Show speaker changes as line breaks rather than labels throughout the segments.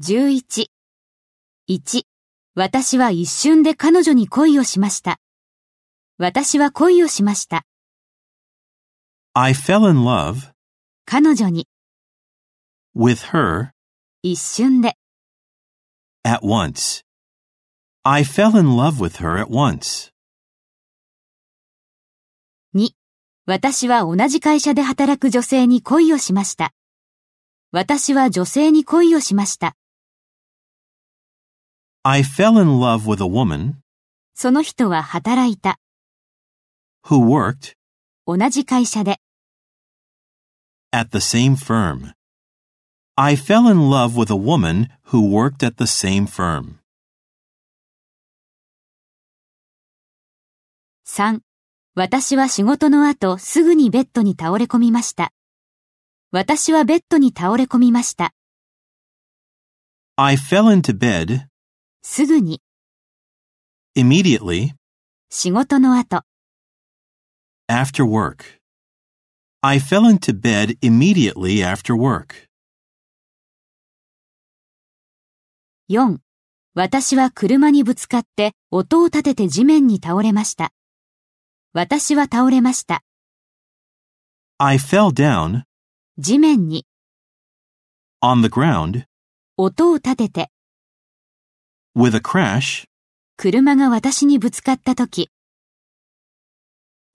11。1、私は一瞬で彼女に恋をしました。私は恋をしました。
I fell in love
彼女に、
with her
一瞬で、
at once. I fell in love with her at once.
私は同じ会社で働く女性に恋をしました。私は女性に恋をしました。
I fell in love with a woman
その人は働いた。
who worked
同じ会社で。
at the same firm. I fell in love with a woman who worked at the same firm.
3. 私は仕事の後すぐにベッドに倒れ込みました。私はベッドに倒れ込みました。
I fell into bed
すぐに、
immediately
仕事の後、
after work. I fell into bed immediately after work.
4. 私は車にぶつかって音を立てて地面に倒れました。私は倒れました。
I fell down
地面に、
on the ground
音を立てて、
with a crash
車が私にぶつかった時、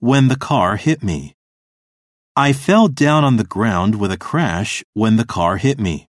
when the car hit me. I fell down on the ground with a crash when the car hit me.